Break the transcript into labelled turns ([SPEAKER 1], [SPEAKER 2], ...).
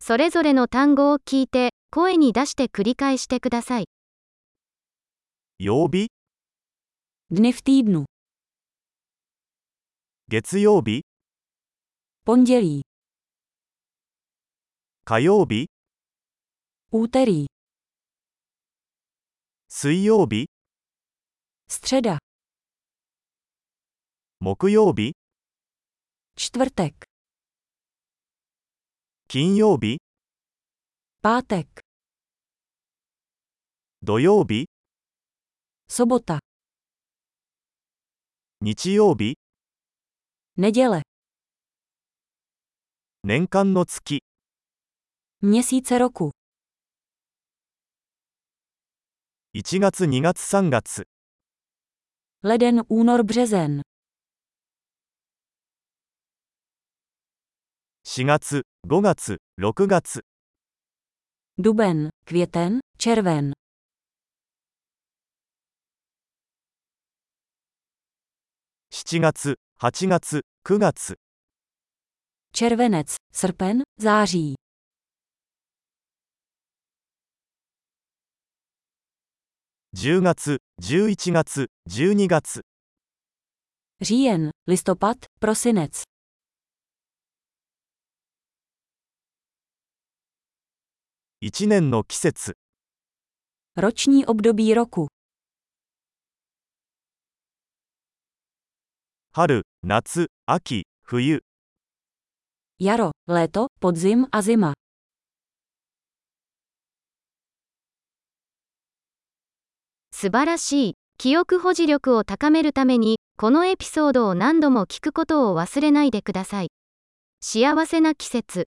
[SPEAKER 1] それぞれの単語を聞いて、声に出して繰り返してください。
[SPEAKER 2] 曜日、
[SPEAKER 3] Dny v týdnu.
[SPEAKER 2] 月曜日、
[SPEAKER 3] Pondělí.
[SPEAKER 2] 火曜日、
[SPEAKER 3] Úterý.
[SPEAKER 2] 水曜日、
[SPEAKER 3] Středa.
[SPEAKER 2] 木曜日、
[SPEAKER 3] Čtvrtek.
[SPEAKER 2] 金曜日、
[SPEAKER 3] Pátek.
[SPEAKER 2] 土曜日、
[SPEAKER 3] Sobota.
[SPEAKER 2] 日曜日、
[SPEAKER 3] Neděle.
[SPEAKER 2] 年間の月、
[SPEAKER 3] Měsíce roku.
[SPEAKER 2] 1月、2月、3月、
[SPEAKER 3] Leden, únor, březen.
[SPEAKER 2] 4月、5月、6月、
[SPEAKER 3] Duben, květen, červen.
[SPEAKER 2] 7月、8月、9月、
[SPEAKER 3] Červenec, srpen, září.
[SPEAKER 2] 10月、11月、12月、
[SPEAKER 3] Říjen, listopad, prosinec.
[SPEAKER 2] 1年の季節、
[SPEAKER 3] Roční období roku.
[SPEAKER 2] 春、夏、秋、冬、
[SPEAKER 3] Jaro, léto, podzim a zima.
[SPEAKER 1] 素晴らしい。記憶保持力を高めるために、このエピソードを何度も聞くことを忘れないでください。幸せな季節。